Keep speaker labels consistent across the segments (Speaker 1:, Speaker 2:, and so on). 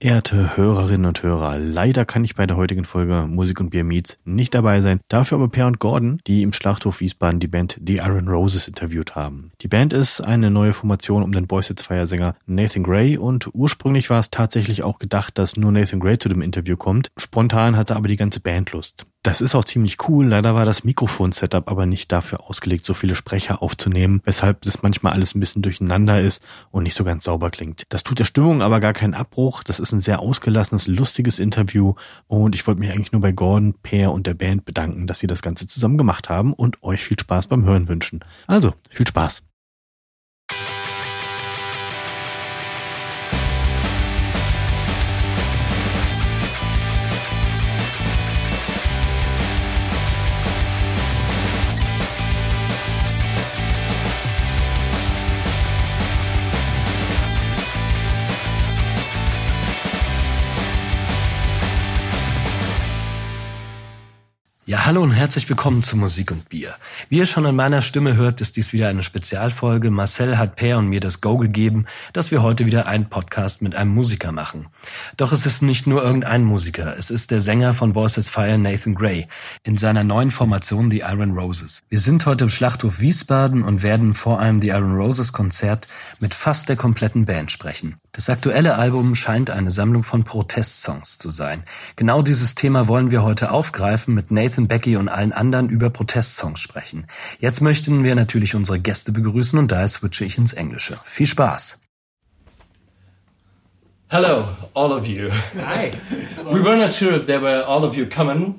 Speaker 1: Verehrte Hörerinnen und Hörer, leider kann ich bei der heutigen Folge Musik und Bier Meets nicht dabei sein. Dafür aber Per und Gordon, die im Schlachthof Wiesbaden die Band The Iron Roses interviewt haben. Die Band ist eine neue Formation um den Boysets Feiersänger Nathan Gray und ursprünglich war es tatsächlich auch gedacht, dass nur Nathan Gray zu dem Interview kommt. Spontan hatte aber die ganze Band Lust. Das ist auch ziemlich cool. Leider war das Mikrofon-Setup aber nicht dafür ausgelegt, so viele Sprecher aufzunehmen, weshalb das manchmal alles ein bisschen durcheinander ist und nicht so ganz sauber klingt. Das tut der Stimmung aber gar keinen Abbruch. Das ist ein sehr ausgelassenes, lustiges Interview und ich wollte mich eigentlich nur bei Gordon, Peer und der Band bedanken, dass sie das Ganze zusammen gemacht haben und euch viel Spaß beim Hören wünschen. Also, viel Spaß.
Speaker 2: Ja, hallo und herzlich willkommen zu Musik und Bier. Wie ihr schon in meiner Stimme hört, ist dies wieder eine Spezialfolge. Marcel hat Per und mir das Go gegeben, dass wir heute wieder einen Podcast mit einem Musiker machen. Doch es ist nicht nur irgendein Musiker, es ist der Sänger von Voices Fire, Nathan Gray, in seiner neuen Formation The Iron Roses. Wir sind heute im Schlachthof Wiesbaden und werden vor einem The Iron Roses Konzert mit fast der kompletten Band sprechen. Das aktuelle Album scheint eine Sammlung von Protestsongs zu sein. Genau dieses Thema wollen wir heute aufgreifen, mit Nathan Becky und allen anderen über Protestsongs sprechen. Jetzt möchten wir natürlich unsere Gäste begrüßen und daher switche ich ins Englische. Viel Spaß!
Speaker 3: Hello, all of you.
Speaker 4: Hi.
Speaker 3: We were not sure if there were all of you coming,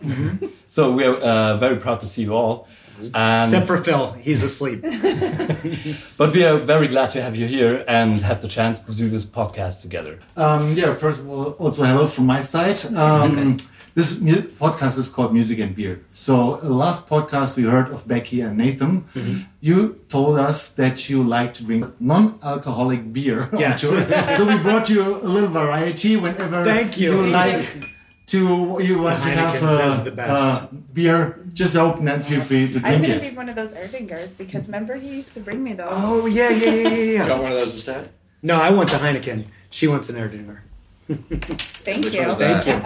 Speaker 3: so we're uh, very proud to see you all. Uh, And,
Speaker 4: Except for Phil, he's asleep.
Speaker 3: but we are very glad to have you here and have the chance to do this podcast together.
Speaker 5: Um, yeah, first of all, also hello from my side. Um, this mu- podcast is called Music and Beer. So, uh, last podcast we heard of Becky and Nathan.
Speaker 4: Mm-hmm.
Speaker 5: You told us that you like to drink non alcoholic beer. on
Speaker 4: Yes.
Speaker 5: tour. so, we brought you a little variety whenever
Speaker 4: Thank you.
Speaker 5: like to, you want to have
Speaker 4: Heineken says
Speaker 5: a,
Speaker 4: the best.
Speaker 5: beer, just open and feel free to
Speaker 6: I'm
Speaker 5: drink
Speaker 6: gonna
Speaker 5: it.
Speaker 6: be one of those Erdingers because remember he used to bring me those.
Speaker 4: Oh yeah, yeah, yeah, yeah. yeah.
Speaker 7: Got one of those instead?
Speaker 4: No, I want the Heineken. She wants an Erdinger.
Speaker 6: Thank
Speaker 7: Which
Speaker 6: you.
Speaker 7: one was that?
Speaker 4: Thank you.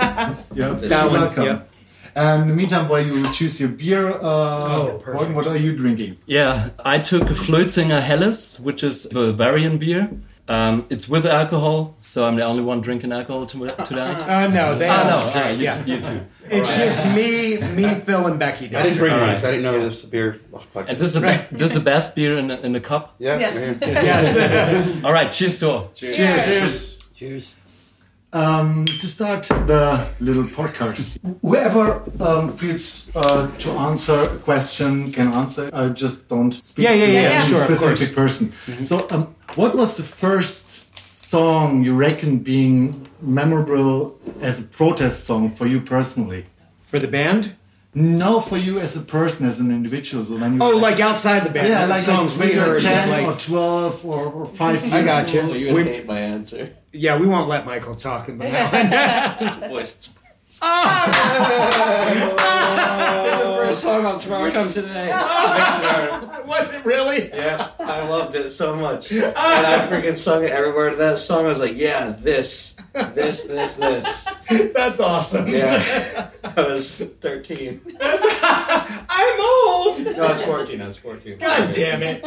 Speaker 5: Yeah,
Speaker 4: That one,
Speaker 5: welcome.
Speaker 4: yep.
Speaker 5: And in the meantime, while you choose your beer, uh,
Speaker 4: Oh, perfect.
Speaker 5: Gordon, what are you drinking?
Speaker 3: Yeah, I took a Flötzinger Helles, which is Bavarian beer. Um, it's with alcohol, so I'm the only one drinking alcohol to, tonight.
Speaker 4: Uh, no, they
Speaker 3: Ah,
Speaker 4: all
Speaker 3: no,
Speaker 4: drink,
Speaker 3: ah, you,
Speaker 4: yeah.
Speaker 3: you too.
Speaker 4: It's just me, me, Phil, and Becky.
Speaker 7: I didn't bring
Speaker 3: All right.
Speaker 7: these. I didn't know this was a beer. podcast.
Speaker 3: And this is the, this is the best beer in the, in the cup.
Speaker 7: yeah.
Speaker 6: Yes.
Speaker 7: yeah.
Speaker 4: Yes.
Speaker 3: All right, cheers to all.
Speaker 7: Cheers.
Speaker 5: Um, to start the little podcast, whoever um, feels uh, to answer a question can answer. I just don't speak
Speaker 4: Yeah, yeah,
Speaker 5: to
Speaker 4: yeah,
Speaker 5: any
Speaker 6: yeah,
Speaker 4: sure, of Mm-hmm.
Speaker 5: specific person. So, um, what was the first song you reckon being memorable as a protest song for you personally?
Speaker 4: For the band?
Speaker 5: No, for you as a person, as an individual. So when you
Speaker 4: Oh, like outside the band.
Speaker 5: yeah, like
Speaker 4: songs
Speaker 5: when
Speaker 4: we
Speaker 5: you're
Speaker 4: heard.
Speaker 5: ten or
Speaker 4: Like,
Speaker 5: twelve or, or five.
Speaker 4: I
Speaker 5: years
Speaker 4: got
Speaker 5: old.
Speaker 4: you.
Speaker 7: You would
Speaker 4: We,
Speaker 7: hate my answer.
Speaker 4: yeah, we won't let Michael talk about that.
Speaker 7: Voice. Oh! the first song on Tomorrow Come Today. Pixar.
Speaker 4: one. Was it really?
Speaker 7: yeah, I loved it so much. And I freaking sung it every word of that song. I was like, yeah, this, this, this, this.
Speaker 4: That's awesome.
Speaker 7: Yeah. I was 13.
Speaker 4: I'm old.
Speaker 7: No, I was 14. I was Um, 14.
Speaker 4: God damn it.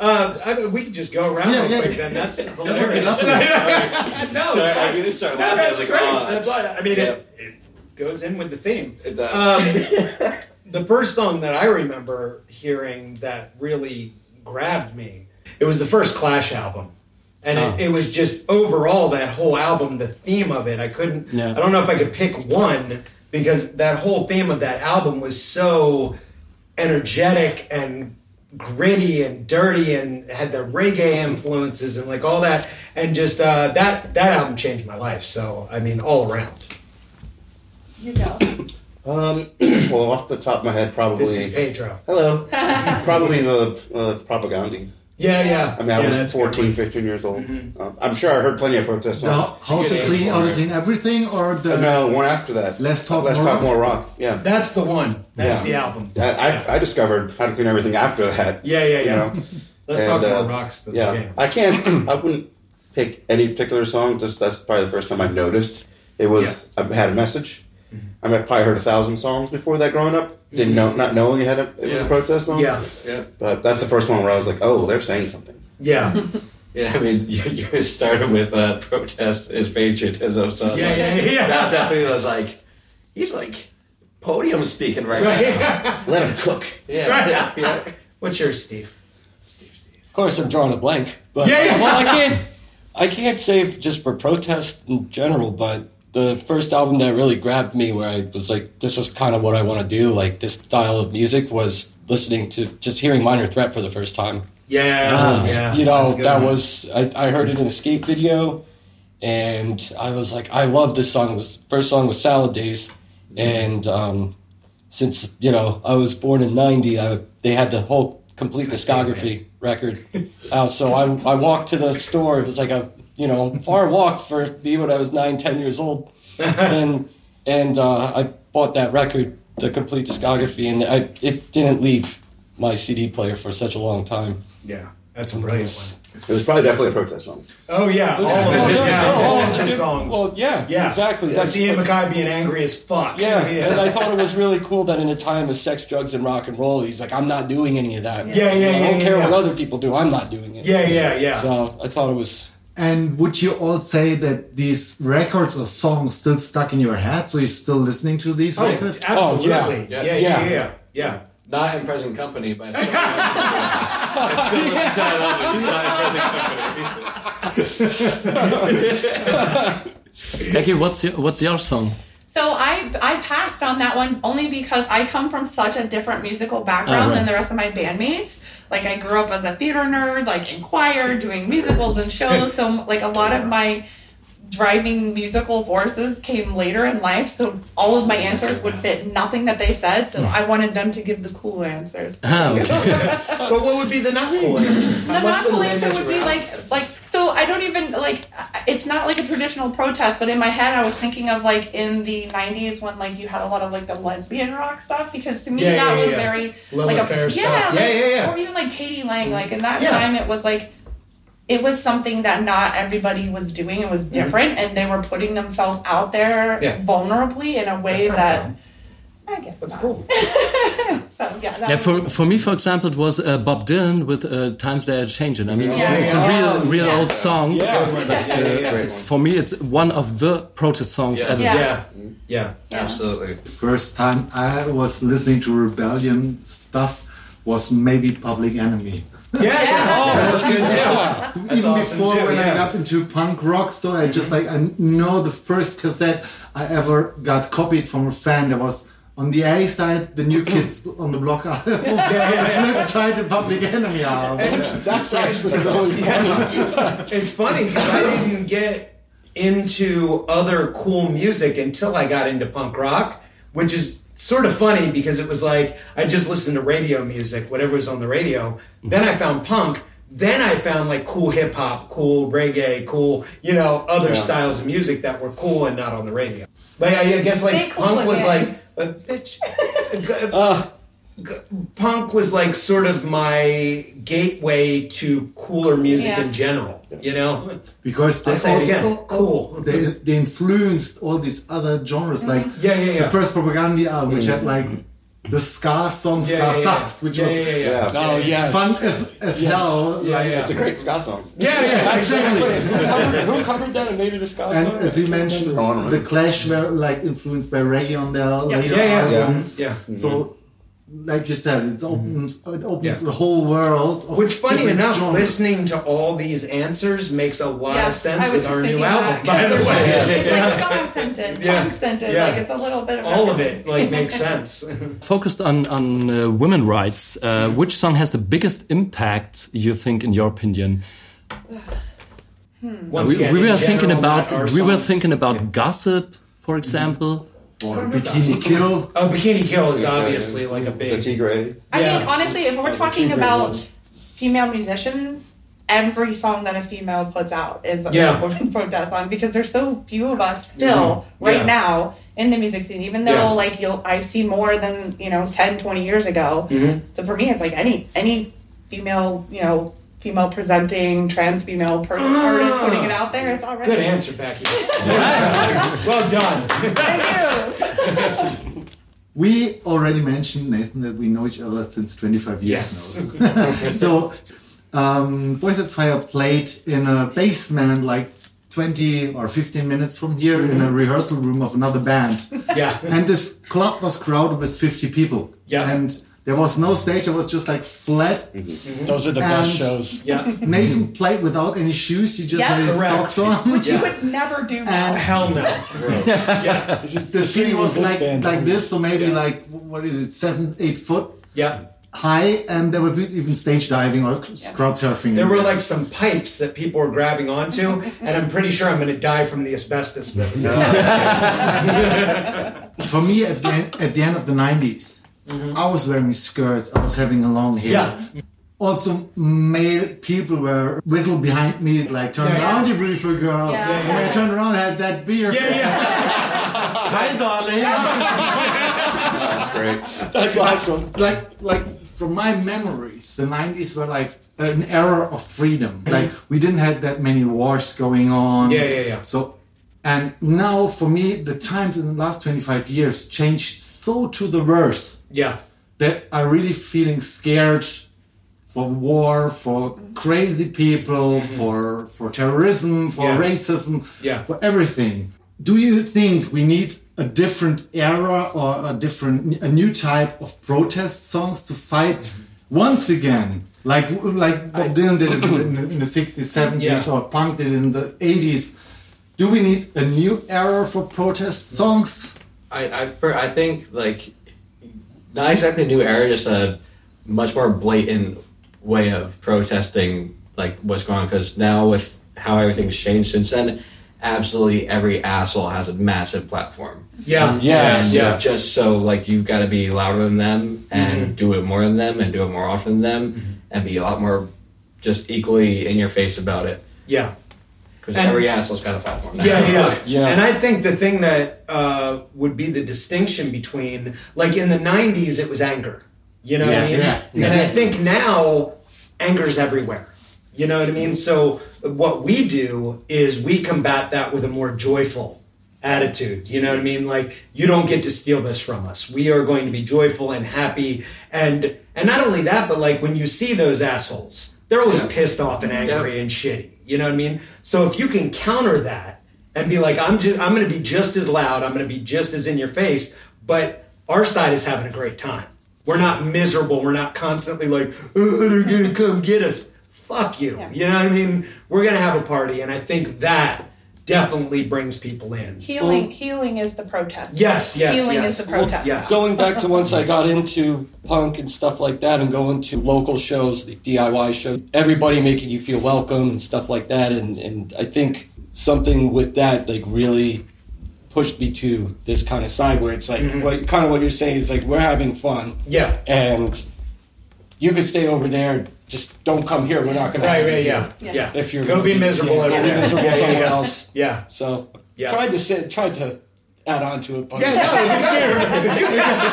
Speaker 4: Uh, I, we could just go around
Speaker 5: Yeah,
Speaker 4: real
Speaker 5: yeah.
Speaker 4: quick then. That's
Speaker 5: That would be
Speaker 4: hilarious.
Speaker 5: nothing.
Speaker 4: no,
Speaker 7: Sorry, I didn't start laughing. I was
Speaker 4: that's
Speaker 7: like,
Speaker 4: great.
Speaker 7: oh,
Speaker 4: That's all. I mean,
Speaker 7: yeah,
Speaker 4: it, it goes in with the theme.
Speaker 7: it does.
Speaker 4: Um, the first song that I remember hearing that really grabbed me, it was the first Clash album. And it, it was just overall that whole album, the theme of it. I couldn't,
Speaker 3: Yeah.
Speaker 4: I don't know if I could pick one because that whole theme of that album was so energetic and gritty and dirty and had the reggae influences and like all that. And just uh, that, that album changed my life. So, I mean, all around.
Speaker 6: You know.
Speaker 8: Um, well, off the top of my head, probably.
Speaker 4: This is Pedro.
Speaker 8: Hello. probably the uh, propaganda.
Speaker 4: Yeah, yeah.
Speaker 8: I mean, I
Speaker 4: Yeah,
Speaker 8: was
Speaker 4: that's a good
Speaker 8: 14,
Speaker 4: one.
Speaker 8: 15 years old. Um, I'm sure I heard plenty of protest songs.
Speaker 5: Now, how to clean, how to clean everything, or the
Speaker 4: Uh,
Speaker 8: No, one after that.
Speaker 5: Let's Talk
Speaker 8: Let's
Speaker 5: More
Speaker 8: talk
Speaker 5: Rock.
Speaker 8: more rock. Yeah.
Speaker 4: That's the one.
Speaker 8: Yeah.
Speaker 4: That's the album.
Speaker 8: I, I, I discovered how to clean everything after that.
Speaker 4: Yeah, yeah,
Speaker 8: you
Speaker 4: yeah.
Speaker 8: know?
Speaker 4: Let's
Speaker 8: And,
Speaker 4: talk
Speaker 8: uh,
Speaker 4: more rocks than
Speaker 8: yeah.
Speaker 4: jam.
Speaker 8: I can't. I wouldn't. pick any particular song. Just that's probably the first time I've noticed it was I had a message.
Speaker 4: Mm-hmm.
Speaker 8: I mean, I probably heard a thousand songs before that growing up. Didn't know, not knowing it had a, it was a
Speaker 7: Yeah.
Speaker 8: protest song.
Speaker 4: Yeah.
Speaker 7: Yeah.
Speaker 8: But that's the first one where I was like, oh, they're saying something.
Speaker 4: Yeah.
Speaker 7: Yeah, I mean, you, you started with uh, protest is patriotism. So I was
Speaker 4: Yeah,
Speaker 7: like,
Speaker 4: yeah, yeah.
Speaker 7: That definitely was like, he's like podium speaking right, now.
Speaker 8: Let them cook.
Speaker 7: Yeah,
Speaker 4: Right.
Speaker 7: yeah, yeah.
Speaker 4: What's yours, Steve?
Speaker 9: Of course, I'm drawing a blank. But
Speaker 4: Yeah, yeah.
Speaker 9: well, I can't. I can't say if just for protest in general, but the first album that really grabbed me, where I was like, "This is kind of what I want to do." Like this style of music was listening to just hearing Minor Threat for the first time.
Speaker 4: Yeah. yeah.
Speaker 9: you know,
Speaker 4: that's a good
Speaker 9: that
Speaker 4: one.
Speaker 9: was I, I heard it in a skate video, and I was like, I love this song. It was first song was Salad Days, and um, since you know I was born in '90, I, they had the whole complete discography record. Uh, so I I walked to the store. It was like a you know far walk for me when I was nine, ten years old, and and uh, I bought that record, the complete discography, and I, it didn't leave my CD player for such a long time.
Speaker 10: Yeah, that's a brilliant one.
Speaker 8: It was probably definitely a protest song.
Speaker 10: Oh yeah, all of
Speaker 9: Well,
Speaker 10: it.
Speaker 9: yeah,
Speaker 10: Yeah,
Speaker 9: no,
Speaker 10: all
Speaker 9: all
Speaker 10: of the
Speaker 9: the-
Speaker 10: songs.
Speaker 9: well, yeah, exactly.
Speaker 10: I
Speaker 9: That's-
Speaker 10: see Ian Mackay being angry as fuck.
Speaker 9: Yeah, and I
Speaker 10: yeah,
Speaker 9: thought it was really cool that in a time of sex, drugs, and rock and roll, he's like, I'm not doing any of that.
Speaker 10: Yeah, yeah, yeah,
Speaker 9: I don't
Speaker 10: yeah,
Speaker 9: care
Speaker 10: yeah.
Speaker 9: what other people do. I'm not doing it.
Speaker 10: yeah, yeah. yeah.
Speaker 9: So I thought it was.
Speaker 5: And would you all say that these records or songs still stuck in your head? So you're still listening to these
Speaker 10: Oh,
Speaker 5: records? Oh,
Speaker 10: absolutely.
Speaker 9: yeah.
Speaker 10: yeah. Yeah,
Speaker 7: Yeah.
Speaker 10: yeah, yeah,
Speaker 9: Yeah.
Speaker 10: yeah,
Speaker 7: Not in present company, but I still listen to I Love It. It's not in present company.
Speaker 3: Becky, what's your, what's your song?
Speaker 6: So I I passed on that one only because I come from such a different musical background
Speaker 3: Oh, right.
Speaker 6: than the rest of my bandmates. Like I grew up as a theater nerd, like in choir, doing musicals and shows. So like a lot of my driving musical forces came later in life. So all of my answers would fit nothing that they said. So I wanted them to give the cool answers.
Speaker 3: Ah, okay.
Speaker 4: But what would be the not Uh, cool answer?
Speaker 6: The nautical answer would be like, like, so I don't even like. I- It's not like a traditional protest, but in my head, I was thinking of like in the '90s when like you had a lot of like the lesbian rock stuff because to me
Speaker 4: Yeah,
Speaker 6: that
Speaker 4: yeah,
Speaker 6: was
Speaker 4: yeah.
Speaker 6: very
Speaker 4: Love
Speaker 6: like
Speaker 4: affair
Speaker 6: a,
Speaker 4: stuff.
Speaker 6: Yeah,
Speaker 4: Yeah,
Speaker 6: like-
Speaker 4: yeah, yeah.
Speaker 6: Or even like Katie Lang, like in that
Speaker 4: Yeah.
Speaker 6: time, it was like it was something that not everybody was doing. It was different, and they were putting themselves out there
Speaker 4: Mm-hmm. Yeah.
Speaker 6: vulnerably in a way
Speaker 4: That's not
Speaker 6: that
Speaker 4: dumb.
Speaker 6: I guess
Speaker 4: That's
Speaker 6: not.
Speaker 4: cool.
Speaker 6: So, yeah,
Speaker 3: Yeah,
Speaker 6: that was-
Speaker 3: for, for me, for example, it was uh, Bob Dylan with uh, Times They Are Changing. I mean, it's,
Speaker 6: Yeah,
Speaker 3: it's a
Speaker 9: yeah.
Speaker 3: real, real
Speaker 6: Yeah.
Speaker 3: old song. Uh,
Speaker 9: Yeah.
Speaker 8: Yeah, great
Speaker 3: It's, for me, it's one of the protest songs
Speaker 7: Yeah.
Speaker 3: ever.
Speaker 6: Yeah.
Speaker 7: yeah,
Speaker 4: Yeah.
Speaker 7: absolutely.
Speaker 5: First time I was listening to rebellion stuff was maybe Public Enemy.
Speaker 4: Yeah, yeah. That's good too.
Speaker 5: Even
Speaker 4: awesome
Speaker 5: before
Speaker 4: too,
Speaker 5: when I
Speaker 4: yeah.
Speaker 5: got into punk rock, so I just like I know the first cassette I ever got copied from a fan that was on the A side, the New Kids on the Block album,
Speaker 4: yeah,
Speaker 5: the flip side, the Public Enemy album.
Speaker 9: That's actually really
Speaker 4: It's funny because I didn't get into other cool music until I got into punk rock, which is sort of funny because it was like I just listened to radio music, whatever was on the radio. Then I found punk. Then I found like cool hip hop, cool reggae, cool, you know, other styles of music that were cool and not on the radio. Like I, I guess
Speaker 6: Say
Speaker 4: like
Speaker 6: cool
Speaker 4: punk was
Speaker 6: again.
Speaker 4: like, uh, bitch. G- punk was like sort of my gateway to cooler music
Speaker 6: Yeah.
Speaker 4: in general, you know?
Speaker 5: Because they
Speaker 4: I'll say it
Speaker 5: also-
Speaker 4: again. Cool.
Speaker 5: They, they influenced all these other genres, like
Speaker 4: Mm-hmm. Yeah, yeah, yeah. Mm-hmm.
Speaker 5: the first propaganda album, which had like the Scar song
Speaker 4: Yeah,
Speaker 5: "Scar
Speaker 4: yeah, yeah.
Speaker 5: Sucks," which
Speaker 4: yeah,
Speaker 5: was
Speaker 4: yeah, yeah.
Speaker 8: Yeah.
Speaker 9: Oh yes.
Speaker 5: fun as, as hell.
Speaker 4: Yeah,
Speaker 5: like,
Speaker 4: yeah.
Speaker 8: It's a great ska song.
Speaker 4: Yeah, yeah,
Speaker 5: exactly.
Speaker 9: Who covered- Who covered that and made it a ska
Speaker 5: And
Speaker 9: song?
Speaker 5: as you mentioned,
Speaker 8: Oh, I don't know.
Speaker 5: the Clash were like influenced by reggae on their later
Speaker 4: yeah, yeah.
Speaker 5: albums.
Speaker 4: Yeah. Mm-hmm.
Speaker 5: So, like you said, it opens it opens the whole world. Of
Speaker 4: Which, funny
Speaker 5: different
Speaker 4: enough,
Speaker 5: genres.
Speaker 4: listening to all these answers makes a lot
Speaker 6: Yeah,
Speaker 4: of sense
Speaker 6: I was
Speaker 4: with
Speaker 6: just
Speaker 4: our new
Speaker 6: thinking that.
Speaker 4: album. By the way,
Speaker 6: It's like- it's
Speaker 4: Yeah.
Speaker 6: like ska scented,
Speaker 4: Yeah.
Speaker 6: punk scented,
Speaker 4: Yeah.
Speaker 6: like it's a little bit of
Speaker 4: all of
Speaker 6: everything.
Speaker 4: it like makes sense.
Speaker 3: Focused on, on uh, women rights, uh, which song has the biggest impact, you think, in your opinion?
Speaker 4: Once
Speaker 3: We,
Speaker 4: again,
Speaker 3: we
Speaker 4: in
Speaker 3: were
Speaker 4: general,
Speaker 3: thinking about
Speaker 4: our
Speaker 3: we were
Speaker 4: songs-
Speaker 3: thinking about gossip, for example.
Speaker 5: or Bikini Kill.
Speaker 4: Oh, Bikini Kill is
Speaker 8: Yeah, yeah.
Speaker 4: obviously like a
Speaker 8: The
Speaker 4: big.
Speaker 8: Tigre.
Speaker 6: I
Speaker 4: Yeah.
Speaker 6: mean, honestly, if we're talking about female musicians, every song that a female puts out is
Speaker 4: Yeah. Mm-hmm.
Speaker 6: a woman protest song because there's so few of us still right
Speaker 4: Yeah.
Speaker 6: now in the music scene. Even though,
Speaker 4: Yeah.
Speaker 6: like, you'll I see more
Speaker 4: Mm-hmm.
Speaker 6: than you know 10, 20 years ago. So for me, it's like any any female you know female presenting, trans female person
Speaker 4: Ah.
Speaker 6: artist putting it out there. It's already
Speaker 10: Good answer, Becky. well done.
Speaker 6: Thank you.
Speaker 5: We already mentioned, Nathan, that we know each other since 25 years
Speaker 10: Yes.
Speaker 5: now. so, um, Boys at Fire played in a basement like 20 or 15 minutes from here in a rehearsal room of another band.
Speaker 10: Yeah.
Speaker 5: and this club was crowded with 50 people.
Speaker 10: Yeah.
Speaker 5: And there was no stage, it was just like flat.
Speaker 9: Those are the best
Speaker 5: And-
Speaker 9: shows.
Speaker 10: Yeah.
Speaker 5: Nathan played without any shoes, he just
Speaker 6: Yeah.
Speaker 5: had his
Speaker 10: Correct.
Speaker 5: socks on.
Speaker 6: Which you
Speaker 10: Yes.
Speaker 6: would never do now.
Speaker 5: and
Speaker 10: Hell no. Yeah.
Speaker 5: the ceiling was
Speaker 9: this
Speaker 5: like
Speaker 9: band.
Speaker 5: like this, so maybe like what is it, seven, eight foot
Speaker 10: Yeah.
Speaker 5: high, and there were people even stage diving or crowd surfing.
Speaker 4: There were like some pipes that people were grabbing onto, and I'm pretty sure I'm going to die from the asbestos that was in it.
Speaker 5: for me at the end, at the end of the 90s, I was wearing skirts, I was having a long hair.
Speaker 10: Yeah.
Speaker 5: Also, male people were whistled behind me, like turn
Speaker 10: Yeah.
Speaker 5: around, you beautiful girl.
Speaker 6: Yeah.
Speaker 5: And when I turned around, I had that beer.
Speaker 10: Yeah, yeah.
Speaker 5: Hi, darling.
Speaker 8: That's great.
Speaker 9: That's awesome.
Speaker 5: like like from my memories the 90s were like an era of freedom like we didn't have that many wars going on
Speaker 4: Yeah, yeah, yeah.
Speaker 5: so and now for me the times in the last 25 years changed so to the worse
Speaker 4: Yeah.
Speaker 5: that i'm really feeling scared for war for crazy people for for terrorism for
Speaker 4: Mm-hmm. Yeah.
Speaker 5: racism
Speaker 4: Yeah.
Speaker 5: for everything do you think we need a different era or a different a new type of protest songs to fight
Speaker 4: Mm-hmm.
Speaker 5: once again like like Bob Dylan did it in the, in the 60s 70s
Speaker 4: Yeah.
Speaker 5: or punk did it in the 80s do we need a new era for protest songs
Speaker 7: I, I, per- I think like not exactly a new era, just a much more blatant way of protesting like what's going on. Because now with how everything's changed since then, absolutely every asshole has a massive platform.
Speaker 4: Yeah.
Speaker 9: Yes.
Speaker 7: Yeah. Just so like you've got to be louder than them and do it more than them and do it more often than them and be a lot more just equally in your face about it.
Speaker 4: Yeah.
Speaker 7: Because
Speaker 4: And-
Speaker 7: every asshole's got a platform. now.
Speaker 4: Yeah, yeah,
Speaker 9: Yeah.
Speaker 4: And I think the thing that uh, would be the distinction between, like in the '90s, it was anger. You know what I
Speaker 7: Yeah.
Speaker 4: mean?
Speaker 5: Yeah.
Speaker 4: And I think now anger's everywhere. You know what I mean? So what we do is we combat that with a more joyful attitude. You know what I mean? Like you don't get to steal this from us. We are going to be joyful and happy. And and not only that, but like when you see those assholes, they're always pissed off and angry and shitty. You know what I mean? So if you can counter that and be like, I'm just, I'm going to be just as loud. I'm going to be just as in your face. But our side is having a great time. We're not miserable. We're not constantly like, oh, they're going to come get us. Fuck you. You know what I mean? We're going to have a party. And I think that definitely brings people in.
Speaker 6: Healing, healing is the protest.
Speaker 4: Yes, yes,
Speaker 6: healing
Speaker 4: yes.
Speaker 6: is the protest.
Speaker 4: Yes.
Speaker 9: Going back to once I got into punk and stuff like that and going to local shows, the DIY show, everybody making you feel welcome and stuff like that. And, and I think something with that, like, really pushed me to this kind of side where it's like, what, kind of what you're saying is like, we're having fun.
Speaker 4: Mm-hmm. Yeah.
Speaker 9: And you could stay over there, just don't come here. We're not going
Speaker 4: Right,
Speaker 9: to
Speaker 4: right, yeah.
Speaker 6: Yeah.
Speaker 4: Yeah.
Speaker 9: If you're
Speaker 4: Go be
Speaker 9: yeah,
Speaker 4: miserable
Speaker 9: go
Speaker 4: over
Speaker 9: be
Speaker 4: there.
Speaker 9: miserable
Speaker 4: Yeah, yeah,
Speaker 9: somewhere
Speaker 4: yeah.
Speaker 9: else.
Speaker 4: Yeah.
Speaker 9: So
Speaker 4: Yeah.
Speaker 9: tried to sit, tried to add on to it, but
Speaker 4: Yeah, no, it's fair.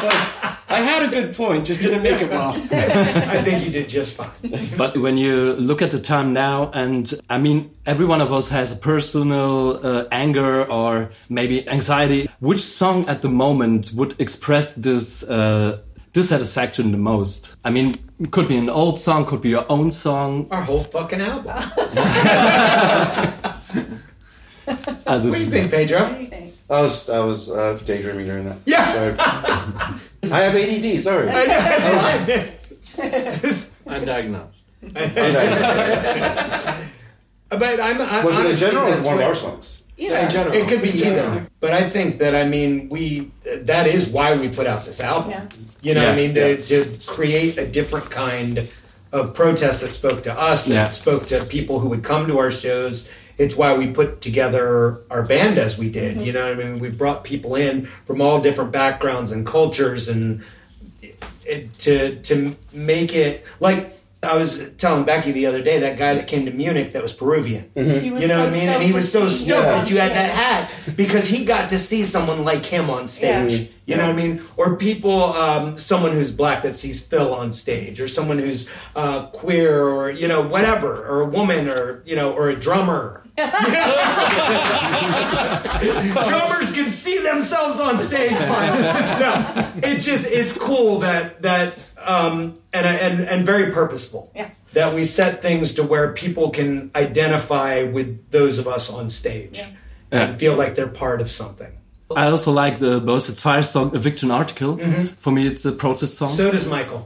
Speaker 9: I had a good point, just didn't make it well.
Speaker 4: I think you did just fine.
Speaker 11: But when you look at the time now, and I mean, every one of us has a personal uh, anger or maybe anxiety. Which song at the moment would express this uh, dissatisfaction the most? I mean, it could be an old song, could be your own song.
Speaker 4: Our whole fucking album. What
Speaker 11: Uh, this
Speaker 4: do you
Speaker 11: is-
Speaker 4: think, Pedro?
Speaker 6: Anything.
Speaker 8: I was I was uh, daydreaming during that.
Speaker 4: Yeah.
Speaker 8: Sorry. I have ADD. Sorry.
Speaker 7: Undiagnosed.
Speaker 8: Okay.
Speaker 4: But I'm, I,
Speaker 8: Was it in
Speaker 4: honestly,
Speaker 8: general or
Speaker 4: that's
Speaker 8: one of
Speaker 4: what-
Speaker 8: our songs?
Speaker 6: Either.
Speaker 7: in general.
Speaker 4: It could be either. But I think that I mean we that is why we put out this album.
Speaker 6: Yeah.
Speaker 4: You know what I
Speaker 11: Yeah.
Speaker 4: mean? To, to create a different kind of protest that spoke to us, that
Speaker 11: Yeah.
Speaker 4: spoke to people who would come to our shows. It's why we put together our band as we did. You know what I mean? We brought people in from all different backgrounds and cultures and it, to to make it like I was telling Becky the other day that guy that came to Munich that was Peruvian.
Speaker 6: Mhm. He was
Speaker 4: you know
Speaker 6: so
Speaker 4: what I mean? And he
Speaker 6: stoked
Speaker 4: was
Speaker 6: to
Speaker 4: so
Speaker 6: see you
Speaker 4: stoked
Speaker 6: on
Speaker 4: that you had
Speaker 6: stage.
Speaker 4: that hat because he got to see someone like him on stage.
Speaker 6: Yeah.
Speaker 4: You know what I mean? Or people, um, someone who's black that sees Phil on stage, or someone who's uh, queer, or you know whatever, or a woman, or you know, or a drummer. drummers can see themselves on stage. Mike. no, it's just it's cool that that um, and and and very purposeful.
Speaker 6: Yeah.
Speaker 4: That we set things to where people can identify with those of us on stage and feel like they're part of something.
Speaker 11: I also like the Bursted's Fire song Eviction Article. For me, it's a protest song.
Speaker 4: Mm-hmm. So does Michael.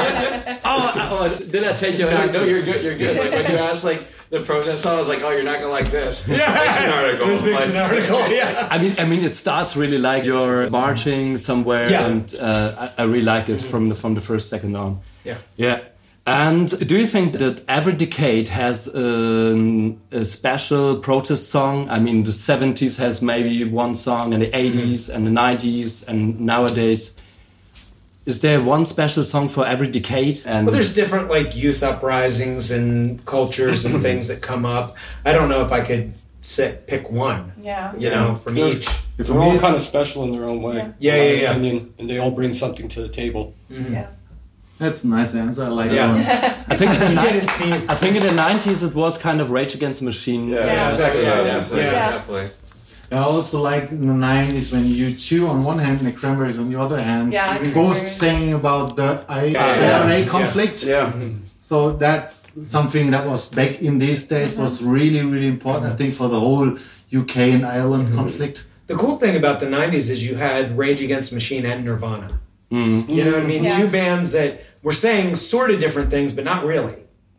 Speaker 7: oh, oh, did I take you? Back? No, you're good. You're good. Like when you asked, like the protest song, I was like, oh, you're not gonna like this.
Speaker 4: Yeah.
Speaker 7: Fiction article.
Speaker 4: This Vixen
Speaker 7: Like-
Speaker 4: article, yeah.
Speaker 11: I mean, I mean, it starts really like you're marching somewhere,
Speaker 4: Yeah.
Speaker 11: and uh, I, I really like it from the from the first second on.
Speaker 4: Yeah.
Speaker 11: Yeah. And do you think that every decade has um, a special protest song? I mean, the 70s has maybe one song, and the
Speaker 4: Mm-hmm.
Speaker 11: 80s, and the 90s, and nowadays. Is there one special song for every decade? And
Speaker 4: Well, there's different like youth uprisings and cultures and things that come up. I don't know if I could sit pick one.
Speaker 6: Yeah.
Speaker 4: You know, from
Speaker 9: They're-
Speaker 4: each.
Speaker 9: They're all kind of special in their own way.
Speaker 4: Yeah,
Speaker 9: in
Speaker 4: yeah,
Speaker 9: my
Speaker 4: yeah.
Speaker 9: Opinion, and they all bring something to the table.
Speaker 5: That's a nice answer. I like
Speaker 4: Yeah.
Speaker 5: that one.
Speaker 11: I think in the
Speaker 4: Get
Speaker 11: ni-
Speaker 4: it, Steve.
Speaker 11: I think in the 90s it was kind of Rage Against the Machine.
Speaker 8: Yeah, that's exactly what I was gonna say.
Speaker 6: Yeah.
Speaker 7: Definitely.
Speaker 5: I also like in the 90s when you chew on one hand and the cranberries on the other hand.
Speaker 6: Yeah, I
Speaker 5: Both
Speaker 6: agree.
Speaker 5: saying about the I,
Speaker 8: yeah,
Speaker 5: IRA
Speaker 4: yeah.
Speaker 5: conflict.
Speaker 8: Yeah.
Speaker 6: Mm-hmm.
Speaker 5: So that's something that was back in these days was
Speaker 6: Mm-hmm.
Speaker 5: really, really important, I think, for the whole UK and Ireland
Speaker 8: Mm-hmm.
Speaker 5: conflict.
Speaker 4: The cool thing about the 90s is you had Rage Against the Machine and Nirvana. You know what I mean?
Speaker 6: Yeah.
Speaker 4: Two bands that were saying sort of different things, but not really.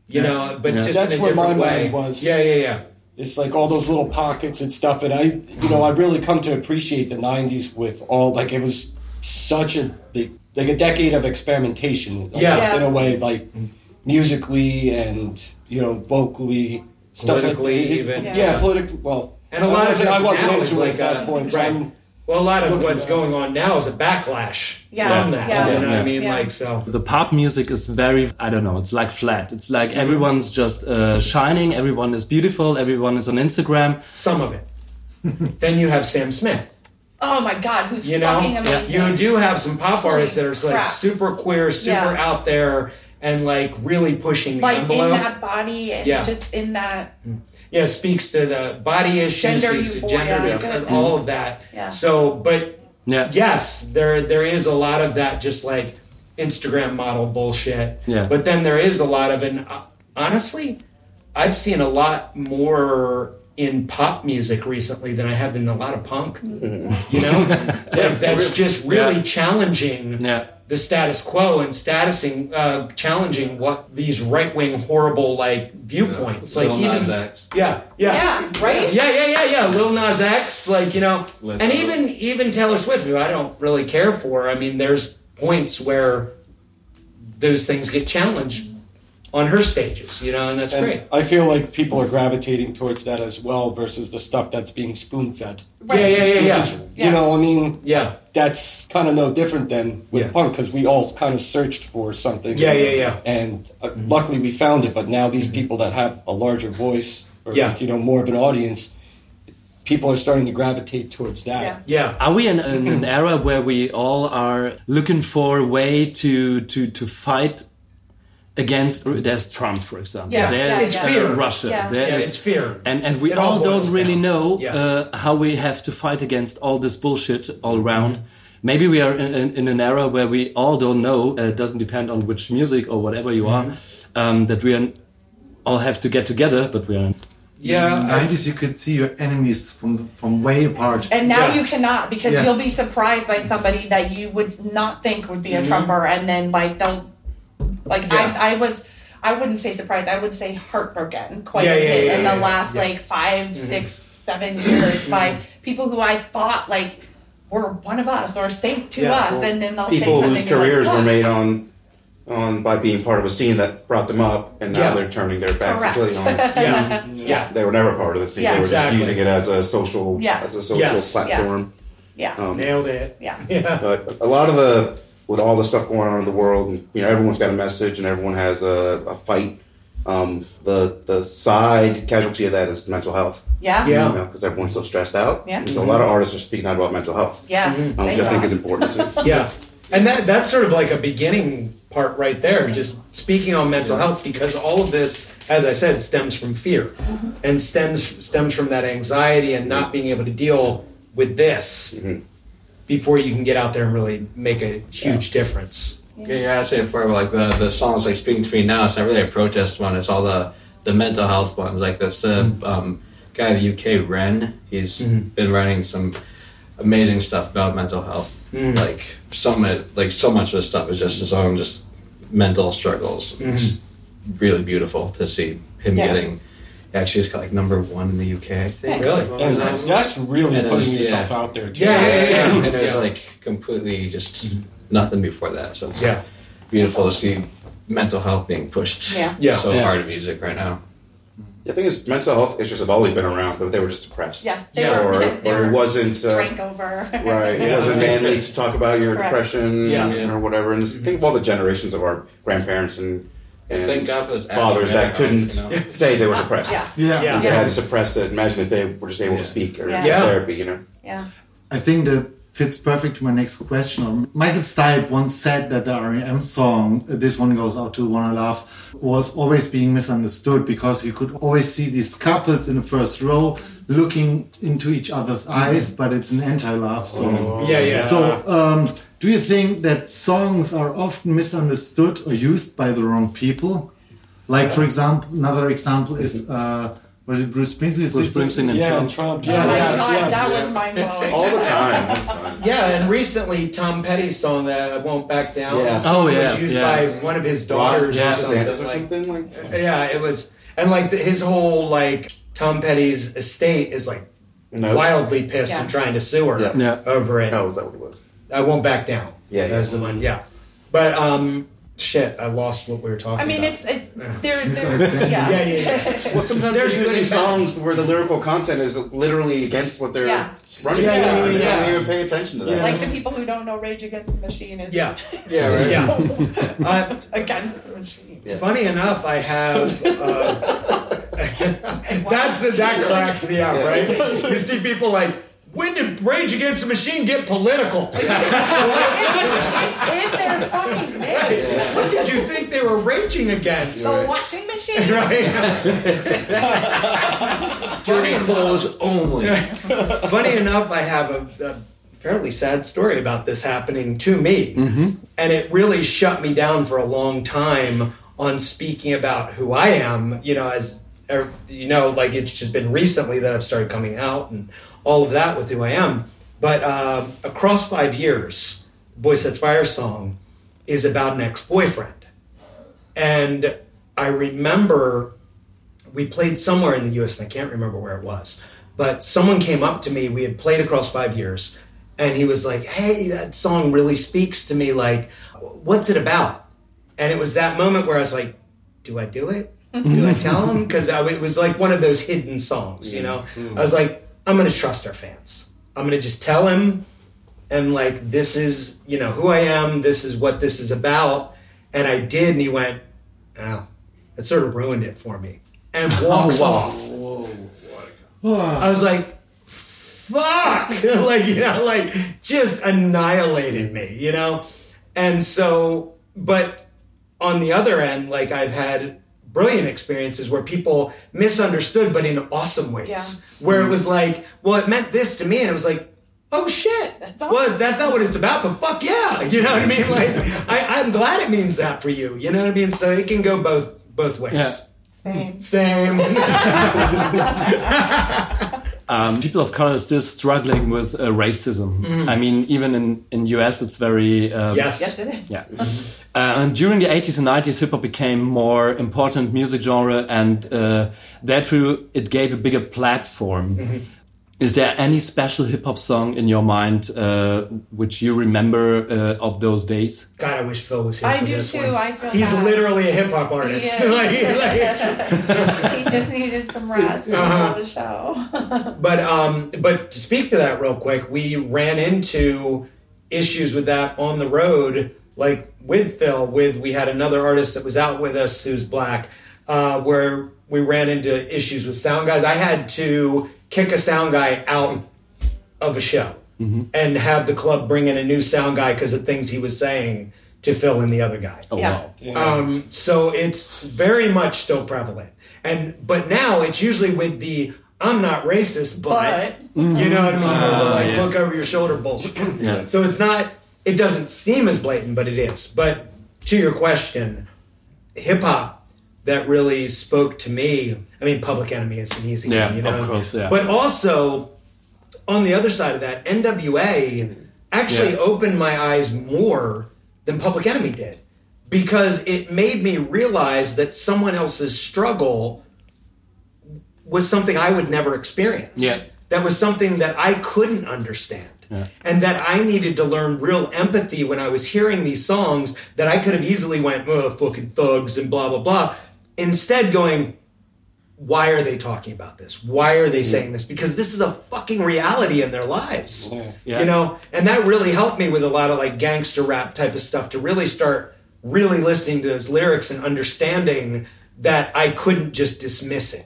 Speaker 4: You know, but just
Speaker 9: That's
Speaker 4: in a
Speaker 9: where my
Speaker 4: different way.
Speaker 9: mind was.
Speaker 4: Yeah, yeah, yeah.
Speaker 9: It's like all those little pockets and stuff. And I, you know, I really come to appreciate the '90s with all like it was such a big, like a decade of experimentation.
Speaker 4: Yeah.
Speaker 9: almost in
Speaker 6: Yeah.
Speaker 9: a way, like musically and you know, vocally, stuff
Speaker 4: Politically
Speaker 9: like, it-
Speaker 4: even.
Speaker 9: Yeah,
Speaker 4: Yeah.
Speaker 9: political. Well,
Speaker 4: And a lot
Speaker 9: I
Speaker 4: of
Speaker 9: wasn't,
Speaker 4: us
Speaker 9: I wasn't
Speaker 4: now
Speaker 9: into
Speaker 4: is
Speaker 9: it
Speaker 4: like
Speaker 9: at that
Speaker 4: a-
Speaker 9: point. So
Speaker 4: right.
Speaker 9: I'm-
Speaker 4: Well, a lot of
Speaker 9: Look at
Speaker 4: what's
Speaker 9: that.
Speaker 4: going on now is a backlash
Speaker 6: Yeah.
Speaker 4: from that.
Speaker 6: Yeah.
Speaker 4: You know what I
Speaker 6: Yeah.
Speaker 4: mean?
Speaker 6: Yeah.
Speaker 4: Like, so.
Speaker 11: The pop music is very, I don't know, it's like flat. It's like everyone's just uh, shining, everyone is beautiful, everyone is on Instagram.
Speaker 4: some of it. then you have Sam Smith.
Speaker 6: Oh my God, who's
Speaker 4: You know,
Speaker 6: fucking amazing?
Speaker 4: you do have some pop artists that are like
Speaker 6: crap.
Speaker 4: super queer, super
Speaker 6: Yeah.
Speaker 4: out there, and like really pushing the
Speaker 6: like in
Speaker 4: envelope.
Speaker 6: that body and
Speaker 4: Yeah.
Speaker 6: just in that.
Speaker 4: yeah, speaks to the body issues,
Speaker 6: Gender
Speaker 4: speaks to
Speaker 6: euphoria,
Speaker 4: gender,
Speaker 6: good.
Speaker 4: and all of that.
Speaker 6: Yeah.
Speaker 4: So, but
Speaker 11: Yeah.
Speaker 4: yes, there there is a lot of that, just like Instagram model bullshit.
Speaker 11: Yeah.
Speaker 4: But then there is a lot of an. Honestly, I've seen a lot more in pop music recently than I have in a lot of punk.
Speaker 6: Mm-hmm.
Speaker 4: You know, like that's just really challenging
Speaker 11: Yeah.
Speaker 4: the status quo and statusing, uh, challenging what these right wing horrible like viewpoints. Like
Speaker 7: Lil
Speaker 4: even,
Speaker 7: Nas X.
Speaker 4: yeah, yeah,
Speaker 6: Yeah, right?
Speaker 4: yeah, yeah, yeah, yeah. Lil Nas X, like you know,
Speaker 7: Listen.
Speaker 4: and even even Taylor Swift, who I don't really care for. I mean, there's points where those things get challenged on her stages, you know, and that's
Speaker 9: and
Speaker 4: great.
Speaker 9: I feel like people are gravitating towards that as well versus the stuff that's being spoon fed.
Speaker 4: Yeah, yeah, yeah, yeah,
Speaker 9: You know, I mean,
Speaker 4: yeah,
Speaker 9: that's kind of no different than with
Speaker 4: Yeah.
Speaker 9: punk because we all kind of searched for something.
Speaker 4: Yeah, yeah, yeah. Mm-hmm.
Speaker 9: And uh, luckily we found it. But now these people that have a larger voice or
Speaker 4: Yeah.
Speaker 9: like, you know more of an audience, people are starting to gravitate towards that.
Speaker 6: Yeah.
Speaker 4: yeah.
Speaker 11: Are we in, in
Speaker 4: Um,
Speaker 11: an era where we all are looking for a way to, to, to fight against? There's Trump, for example.
Speaker 6: Yeah,
Speaker 11: There's
Speaker 6: yeah,
Speaker 11: uh,
Speaker 4: yeah.
Speaker 11: Russia.
Speaker 6: Yeah.
Speaker 11: There
Speaker 4: Yeah,
Speaker 11: is-
Speaker 4: it's fear.
Speaker 11: And, and we
Speaker 4: It all
Speaker 11: all don't
Speaker 4: boils
Speaker 11: really
Speaker 4: down.
Speaker 11: know
Speaker 4: Yeah.
Speaker 11: uh, how we have to fight against all this bullshit all around. Maybe we are in, in, in an era where we all don't know, uh, it doesn't depend on which music or whatever you are,
Speaker 4: Mm-hmm.
Speaker 11: um, that we are, all have to get together, but we are.
Speaker 5: In the
Speaker 4: Yeah,
Speaker 5: 90s, you could see your enemies from, from way apart.
Speaker 6: And now
Speaker 4: Yeah.
Speaker 6: you cannot because
Speaker 5: Yeah.
Speaker 6: you'll be surprised by somebody that you would not think would be a Trumper, and then like they'll like
Speaker 4: Mm-hmm. Yeah.
Speaker 6: I, I was I wouldn't say surprised I would say heartbroken quite
Speaker 4: Yeah,
Speaker 6: a
Speaker 4: yeah,
Speaker 6: bit
Speaker 4: yeah,
Speaker 6: in
Speaker 4: yeah,
Speaker 6: the last
Speaker 4: yeah. Mm-hmm.
Speaker 6: like five, six, seven years by people who I thought like were one of us or safe to
Speaker 4: Yeah,
Speaker 6: us,
Speaker 4: well,
Speaker 6: and then they'll say
Speaker 8: People
Speaker 6: something and
Speaker 8: whose
Speaker 6: you're like,
Speaker 8: careers were
Speaker 6: "Fuck."
Speaker 8: made on on by being part of a scene that brought them up, and now
Speaker 4: Yeah.
Speaker 8: they're turning their backs
Speaker 6: Correct.
Speaker 8: completely on.
Speaker 4: yeah, yeah.
Speaker 8: They were never part of the scene.
Speaker 6: Yeah.
Speaker 8: they were
Speaker 4: Exactly.
Speaker 8: just using it as a social
Speaker 6: Yeah.
Speaker 8: as a social
Speaker 4: Yes.
Speaker 8: platform.
Speaker 6: yeah
Speaker 8: Um,
Speaker 4: Nailed it.
Speaker 6: yeah
Speaker 4: Yeah.
Speaker 8: but a lot of the with all the stuff going on in the world, and you know everyone's got a message and everyone has a, a fight. Um, the the side casualty of that is mental health.
Speaker 6: Yeah.
Speaker 8: You
Speaker 6: Yeah.
Speaker 8: know, because everyone's so stressed out.
Speaker 6: Yeah.
Speaker 8: So a lot of artists are speaking out about mental health.
Speaker 6: Yes,
Speaker 4: Mm-hmm.
Speaker 8: Um,
Speaker 6: thank
Speaker 8: which I think
Speaker 6: God.
Speaker 8: is important too.
Speaker 4: yeah and that that's sort of like a beginning part right there just speaking on mental health because all of this as i said stems from fear and stems stems from that anxiety and not being able to deal with this
Speaker 11: Mm-hmm.
Speaker 4: before you can get out there and really make a huge difference
Speaker 7: Okay, yeah, I say it before, but like the, the songs like speaking to me now, it's not really a protest one. It's all the, the mental health ones. Like this uh,
Speaker 9: Mm.
Speaker 7: um, guy in the UK, Ren, he's
Speaker 9: Mm-hmm.
Speaker 4: Mhm.
Speaker 7: been writing some amazing stuff about mental health.
Speaker 4: Mm.
Speaker 7: Like some like so much of this stuff is just his own just mental struggles.
Speaker 9: Mm-hmm.
Speaker 7: It's really beautiful to see him
Speaker 9: Yeah.
Speaker 7: getting. Actually, he's got like number one in the UK, I think.
Speaker 9: Really?
Speaker 7: What
Speaker 9: And
Speaker 7: was that?
Speaker 9: that's really
Speaker 7: it was-
Speaker 9: putting yourself out there, too.
Speaker 7: Yeah, yeah, yeah. yeah.
Speaker 9: Yeah.
Speaker 7: And it was
Speaker 9: Yeah. Mm-hmm.
Speaker 7: like completely just nothing before that. So it's
Speaker 4: Yeah.
Speaker 7: beautiful to see mental health being pushed
Speaker 6: Yeah.
Speaker 4: Yeah.
Speaker 7: so
Speaker 4: Yeah.
Speaker 7: hard in music right now.
Speaker 8: I think it's mental health issues have always been around, but they were just depressed.
Speaker 6: Yeah, they
Speaker 8: Or,
Speaker 6: were- they
Speaker 8: or
Speaker 6: were
Speaker 8: it wasn't. Uh,
Speaker 6: Drank over.
Speaker 8: Right. It wasn't manly to talk about your
Speaker 6: Correct.
Speaker 8: depression
Speaker 7: Yeah. Mm-hmm.
Speaker 8: or whatever. And just think of all the generations of our grandparents and, and
Speaker 7: Thank God for this
Speaker 8: fathers that
Speaker 7: actual man,
Speaker 8: couldn't
Speaker 7: you know?
Speaker 8: say they were depressed.
Speaker 6: Yeah.
Speaker 5: Yeah.
Speaker 8: They
Speaker 5: Yeah.
Speaker 8: had to suppress it. Imagine if they were just able to speak or
Speaker 6: Yeah.
Speaker 5: Yeah.
Speaker 8: therapy, you know?
Speaker 6: Yeah.
Speaker 5: I think that fits perfect to my next question. Michael Stipe once said that the REM song, uh, this one goes out to Wanna Love, was always being misunderstood because you could always see these couples in the first row looking into each other's eyes, but it's an anti-love song.
Speaker 4: Mm-hmm. Oh. Yeah, yeah.
Speaker 5: So, um, do you think that songs are often misunderstood or used by the wrong people? Like, for example, another example is uh, was it Bruce Springsteen?
Speaker 11: Bruce Springsteen and Yeah, Trump. Trump,
Speaker 5: Yeah,
Speaker 11: yeah.
Speaker 5: yes,
Speaker 6: God,
Speaker 5: yes.
Speaker 6: that was mind blowing.
Speaker 8: All the time.
Speaker 4: yeah and recently tom petty's song that i won't back down
Speaker 8: Yeah.
Speaker 11: Oh, yeah,
Speaker 4: was used
Speaker 11: yeah.
Speaker 4: by one of his daughters
Speaker 11: Yeah.
Speaker 4: or something,
Speaker 8: Sanders or
Speaker 4: like-
Speaker 8: something like
Speaker 4: Yeah, it was, and like the, his whole like Tom Petty's estate is like
Speaker 8: No.
Speaker 4: wildly pissed
Speaker 6: Yeah.
Speaker 4: and trying to sue her
Speaker 8: Yeah.
Speaker 11: Yeah.
Speaker 4: over it.
Speaker 8: No, was that what it was?
Speaker 4: I won't back down.
Speaker 8: Yeah, yeah.
Speaker 4: that's the one. Yeah, but um, shit, I lost what we were talking.
Speaker 6: I mean,
Speaker 4: about.
Speaker 6: it's it's there.
Speaker 5: Misunderstanding.
Speaker 6: Yeah.
Speaker 4: yeah, yeah, yeah.
Speaker 8: Well, sometimes
Speaker 4: There's
Speaker 8: they're
Speaker 4: good
Speaker 8: using
Speaker 4: and bad.
Speaker 8: songs where the lyrical content is literally against what they're
Speaker 6: Yeah.
Speaker 8: running.
Speaker 4: Yeah, yeah,
Speaker 8: They
Speaker 4: yeah,
Speaker 8: don't
Speaker 4: yeah.
Speaker 8: even pay attention to that.
Speaker 6: Like the people who don't know Rage Against the Machine is
Speaker 4: Yeah.
Speaker 7: Yeah, right.
Speaker 4: yeah. Uh,
Speaker 6: against the machine.
Speaker 8: Yeah.
Speaker 4: Funny enough, I have. Uh, that's that cracks me up, right? You see people like, when did Rage Against the Machine get political?
Speaker 6: It's in their fucking name.
Speaker 4: what did you think they were raging against?
Speaker 6: The washing machine.
Speaker 4: Right.
Speaker 7: Dirty clothes only.
Speaker 4: Funny enough, I have a, a fairly sad story about this happening to me,
Speaker 7: Mm-hmm.
Speaker 4: and it really shut me down for a long time on speaking about who I am. You know, as er- you know, like it's just been recently that I've started coming out and all of that with who I am. But um, across five years, Boy Set Fire song is about an ex-boyfriend. And I remember we played somewhere in the US and I can't remember where it was, but someone came up to me. We had played across five years and he was like, Hey, that song really speaks to me. Like, what's it about? And it was that moment where I was like, Do I do it? Do I tell him? Because it was like one of those hidden songs, you know? I was like, I'm going to trust our fans. I'm going to just tell him and like this is you know who I am, this is what this is about, and I did, and he went, oh, that sort of ruined it for me, and walks off. I was like, fuck, like you know, like just annihilated me, you know, and so, but on the other end, like I've had brilliant experiences where people misunderstood, but in awesome ways,
Speaker 6: Yeah.
Speaker 4: where it was like, well, it meant this to me, and it was like. Oh shit!
Speaker 6: That's awesome.
Speaker 4: well, that's not what it's about, but fuck yeah, you know what I mean. Like, I, I'm glad it means that for you. You know what I mean. So it can go both both ways.
Speaker 11: Yeah.
Speaker 6: Same.
Speaker 4: Same.
Speaker 11: um, people of color are still struggling with uh, racism. I mean, even in in US, it's very um,
Speaker 4: yes.
Speaker 6: Yes, it is.
Speaker 11: Yeah. Uh, and during the 80s and 90s, hip hop became more important music genre, and uh, therefore it gave a bigger platform. Is there any special hip hop song in your mind uh, which you remember uh, of those days?
Speaker 4: God, I wish Phil was here.
Speaker 6: I
Speaker 4: for
Speaker 6: do
Speaker 4: this
Speaker 6: too.
Speaker 4: one.
Speaker 6: I feel
Speaker 4: He's
Speaker 6: bad.
Speaker 4: literally a hip hop artist.
Speaker 6: He is. he just needed some rest before
Speaker 4: Uh-huh.
Speaker 6: the show.
Speaker 4: Like- but um, but to speak to that real quick, we ran into issues with that on the road like with Phil, with we had another artist that was out with us who's black, uh, where we ran into issues with sound guys. I had to kick a sound guy out of a show and have the club bring in a new sound guy because of things he was saying to fill in the other guy.
Speaker 6: Oh, Yeah. wow.
Speaker 4: Um, so it's very much still prevalent, and but now it's usually with the "I'm not racist," but, you know what I mean.
Speaker 10: Ah,
Speaker 4: like
Speaker 10: yeah.
Speaker 4: look over your shoulder bullshit.
Speaker 10: Yeah.
Speaker 4: So it's not. It doesn't seem as blatant, but it is. But to your question, hip hop that really spoke to me. I mean, Public Enemy is an easy
Speaker 11: Yeah,
Speaker 4: one, you know.
Speaker 11: of course, yeah.
Speaker 4: But also, on the other side of that, NWA actually
Speaker 11: Yeah.
Speaker 4: opened my eyes more than Public Enemy did because it made me realize that someone else's struggle was something I would never experience.
Speaker 11: Yeah.
Speaker 4: That was something that I couldn't understand.
Speaker 11: Yeah.
Speaker 4: And that I needed to learn real empathy when I was hearing these songs that I could have easily went, oh, fucking thugs and blah, blah, blah. Instead, going, why are they talking about this? Why are they saying this? Because this is a fucking reality in their lives.
Speaker 11: Yeah.
Speaker 4: You know, and that really helped me with a lot of like gangster rap type of stuff to really start really listening to those lyrics and understanding that I couldn't just dismiss it.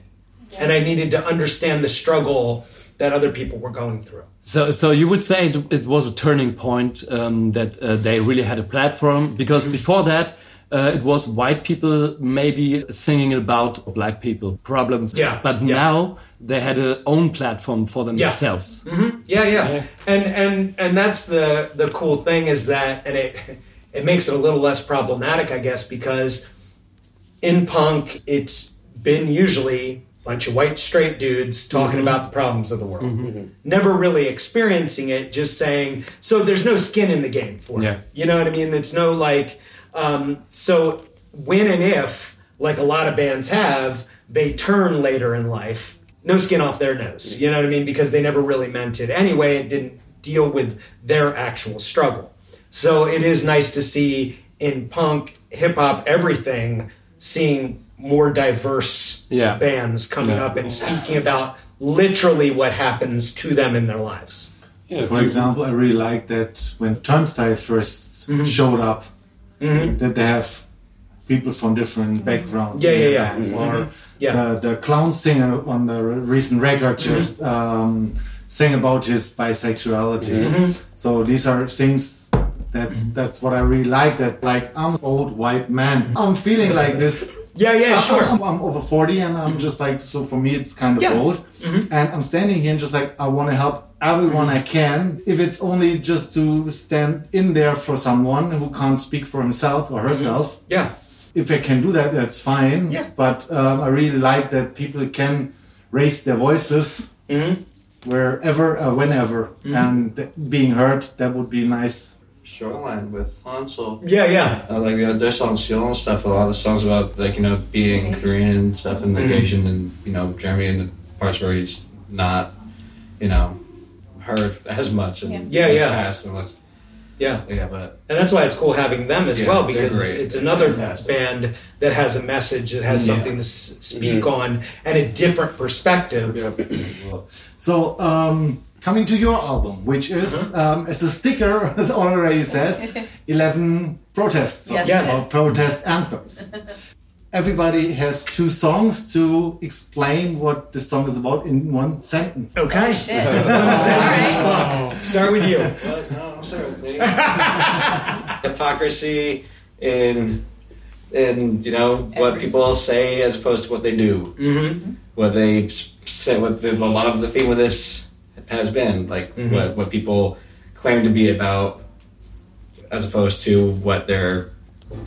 Speaker 4: And I needed to understand the struggle that other people were going through.
Speaker 11: So, so you would say it, it was a turning point um, that uh, they really had a platform because before that uh, it was white people maybe singing about black people problems.
Speaker 4: Yeah,
Speaker 11: But
Speaker 4: yeah.
Speaker 11: now they had their own platform for
Speaker 4: Yeah.
Speaker 11: themselves.
Speaker 4: hmm Yeah, yeah, And and and that's the the cool thing is that, and it it makes it a little less problematic, I guess, because in punk it's been usually a bunch of white straight dudes talking about the problems of the world, never really experiencing it, just saying. So there's no skin in the game for it.
Speaker 11: Yeah.
Speaker 4: You know what I mean? It's no like. Um, so when and if, like a lot of bands have, they turn later in life, no skin off their nose. You know what I mean? Because they never really meant it anyway and didn't deal with their actual struggle. So it is nice to see in punk, hip hop, everything, seeing more diverse
Speaker 11: Yeah.
Speaker 4: bands coming
Speaker 11: Yeah.
Speaker 4: up and speaking about literally what happens to them in their lives.
Speaker 5: For example, I really like that when Turnstile 1st
Speaker 4: Mm-hmm.
Speaker 5: showed up,
Speaker 4: Mhm.
Speaker 5: that they have people from different backgrounds.
Speaker 4: Mm-hmm. Yeah,
Speaker 5: in
Speaker 4: yeah,
Speaker 5: the band.
Speaker 4: yeah. Mhm.
Speaker 5: Or
Speaker 4: Yeah. Mm-hmm.
Speaker 5: The, the clown singer on the re- recent record just um, sang about his bisexuality.
Speaker 4: Mhm.
Speaker 5: So these are things. That's
Speaker 4: Mm-hmm.
Speaker 5: that's what I really like. That like I'm an old white man. I'm feeling like this.
Speaker 4: Mm-hmm. Yeah, yeah,
Speaker 5: I'm-
Speaker 4: sure. Mm-hmm.
Speaker 5: I'm, I'm over forty, and I'm just like so. For me, it's kind of
Speaker 4: Yeah.
Speaker 5: old Mm-hmm. and I'm standing here and just like I want to help everyone
Speaker 4: Mm-hmm.
Speaker 5: I can. If it's only just to stand in there for someone who can't speak for himself or herself,
Speaker 4: Mm-hmm. Yeah.
Speaker 5: if I can do that, that's fine.
Speaker 4: Yeah.
Speaker 5: But um, I really like that people can raise their voices
Speaker 4: Mm-hmm.
Speaker 5: wherever, uh, whenever, and th- being heard. That would be nice.
Speaker 7: Shoreline with Hansel.
Speaker 4: Yeah, yeah.
Speaker 7: Uh, like we had this on Seoul and stuff. A lot of songs about like you know being Korean and stuff, and like
Speaker 4: Mhm.
Speaker 7: Asian, and you know Germany and the parts where he's not, you know, heard as much and
Speaker 4: Yeah. Yeah, yeah.
Speaker 7: fast and less.
Speaker 4: Yeah.
Speaker 7: Yeah, but
Speaker 4: And that's why it's cool having them as
Speaker 7: Yeah,
Speaker 4: well
Speaker 7: they're
Speaker 4: because
Speaker 7: great.
Speaker 4: it's
Speaker 7: They're
Speaker 4: another
Speaker 7: fantastic.
Speaker 4: band that has a message that has
Speaker 5: Yeah.
Speaker 4: something to s- speak
Speaker 7: Mm-hmm.
Speaker 4: on and a different perspective.
Speaker 5: So. Um, Coming to your album, which is, um, as the sticker already says, 11 protests
Speaker 6: Yes,
Speaker 5: or
Speaker 6: yes.
Speaker 5: protest anthems. Everybody has two songs to explain what the song is about in one sentence.
Speaker 4: Okay.
Speaker 6: Shit.
Speaker 4: Wow. Start with you.
Speaker 7: Well, no, certainly. Hypocrisy in in you know what people say as opposed to what they do.
Speaker 4: Mm-hmm.
Speaker 7: What they s- say, what the, a lot of the theme of this has been, like
Speaker 9: Mm-hmm.
Speaker 4: Mhm.
Speaker 7: what what people claim to be about, as opposed to what they're,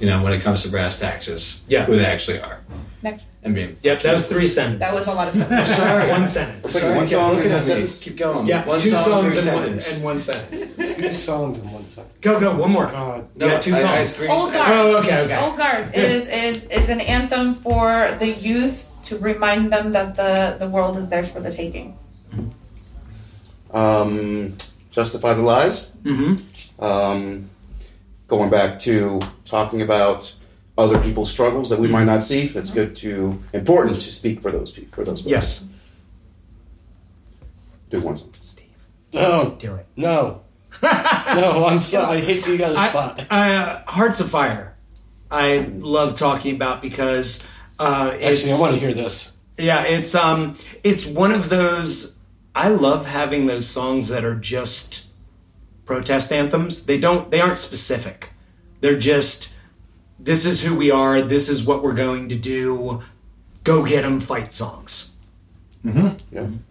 Speaker 7: you know, when it comes to brass taxes,
Speaker 4: Yeah.
Speaker 7: who they actually are.
Speaker 6: Next.
Speaker 7: I mean,
Speaker 4: Yep, that was three sentences.
Speaker 6: That was a lot of fun.
Speaker 4: Sorry, one sentence.
Speaker 8: It's like one
Speaker 4: Sorry,
Speaker 8: song
Speaker 4: look
Speaker 8: and
Speaker 4: at
Speaker 8: a
Speaker 4: me.
Speaker 8: sentence.
Speaker 7: keep going.
Speaker 4: Yeah,
Speaker 7: One
Speaker 4: two
Speaker 7: song,
Speaker 4: songs
Speaker 7: three
Speaker 4: and one,
Speaker 7: sentence.
Speaker 4: and one sentence.
Speaker 9: Two songs in one sentence.
Speaker 4: Go, go, one more.
Speaker 9: God.
Speaker 7: No,
Speaker 4: yeah, two
Speaker 7: I-
Speaker 4: songs.
Speaker 7: I- three
Speaker 6: Old
Speaker 7: sentences.
Speaker 6: Guard.
Speaker 4: Oh, okay, okay.
Speaker 6: Old Guard is, is, is an anthem for the youth to remind them that the, the world is theirs for the taking.
Speaker 8: Um, justify the lies.
Speaker 4: Mm-hmm.
Speaker 8: Um, going back to talking about other people's struggles that we might not see. It's good to important to speak for those people for those. folks.
Speaker 4: Yes.
Speaker 8: Do one song.
Speaker 9: No,
Speaker 4: Do it.
Speaker 9: no. no, I'm sorry. I hate being on the spot.
Speaker 4: Uh, Hearts of Fire. I love talking about because uh, it's,
Speaker 9: Actually, I want to hear this.
Speaker 4: Yeah, it's um, it's one of those. I love having those songs that are just protest anthems. They don't. They aren't specific. They're just. This is who we are. This is what we're going to do. Go get 'em! Fight songs.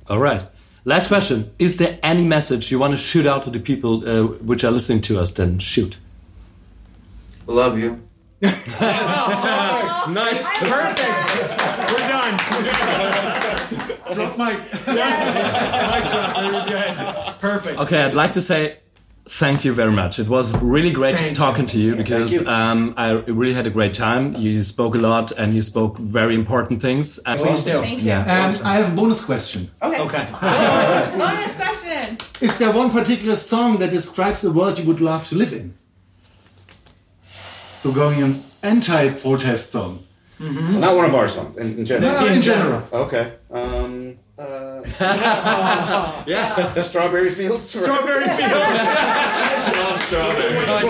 Speaker 11: All right. Last question. Is there any message you want to shoot out to the people uh, which are listening to us? Then shoot.
Speaker 7: Love you.
Speaker 11: Nice.
Speaker 10: Perfect. We're done.
Speaker 5: Drop mic.
Speaker 4: Perfect.
Speaker 11: Okay, I'd like to say thank you very much. It was really great talking to you because
Speaker 10: you.
Speaker 11: Um, I really had a great time. You spoke a lot and you spoke very important things. And
Speaker 5: Please do.
Speaker 6: Thank you.
Speaker 11: Yeah.
Speaker 5: And I have a bonus question.
Speaker 6: Okay. Okay. Bonus question.
Speaker 5: Is there one particular song that describes a world you would love to live in? So going an anti-protest song.
Speaker 8: Not one of our songs in, in general.
Speaker 5: No, in general.
Speaker 8: Okay. Um, uh, yeah. Strawberry Fields. Strawberry I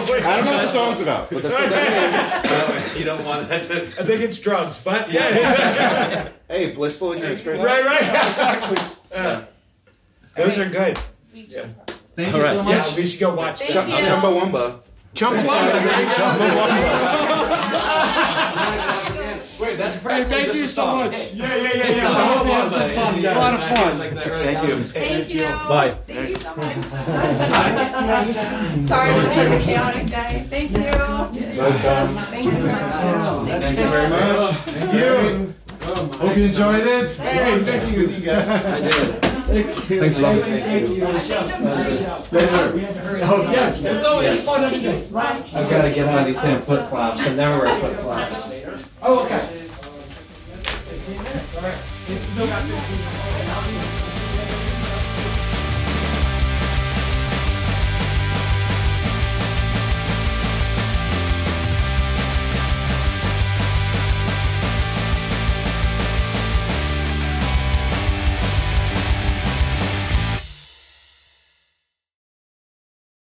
Speaker 8: don't know what the song's about, but that's that
Speaker 7: you don't want that.
Speaker 4: I think it's drugs, but yeah,
Speaker 8: Hey, blissful ignorance. Great.
Speaker 4: right, right, exactly. Yeah. Those are good.
Speaker 5: Thank
Speaker 11: All
Speaker 5: you
Speaker 11: right.
Speaker 5: so
Speaker 4: Yeah,
Speaker 5: much.
Speaker 4: we should go watch
Speaker 6: Thank
Speaker 4: that.
Speaker 8: Chum-
Speaker 6: you.
Speaker 8: Chumbawamba.
Speaker 7: Wait, that's practically
Speaker 9: Thank
Speaker 7: just
Speaker 9: you
Speaker 7: a
Speaker 9: so
Speaker 7: song.
Speaker 9: much.
Speaker 4: Yeah, yeah, yeah,
Speaker 5: I hope you had some fun, guys. A lot of fun.
Speaker 8: Thank you.
Speaker 6: Thank you.
Speaker 11: Bye.
Speaker 6: Thank you so much. Sorry for such a chaotic day. Thank you. Thank you very much.
Speaker 8: Thank you very much. Thank you.
Speaker 5: Hope you enjoyed it.
Speaker 8: Hey, thank you. you guys.
Speaker 7: I did.
Speaker 9: Thanks a lot.
Speaker 5: Oh, yes.
Speaker 4: It's always fun.
Speaker 7: I've got to get out of these damn flip flops. I never wear flip flops.
Speaker 4: Oh, okay.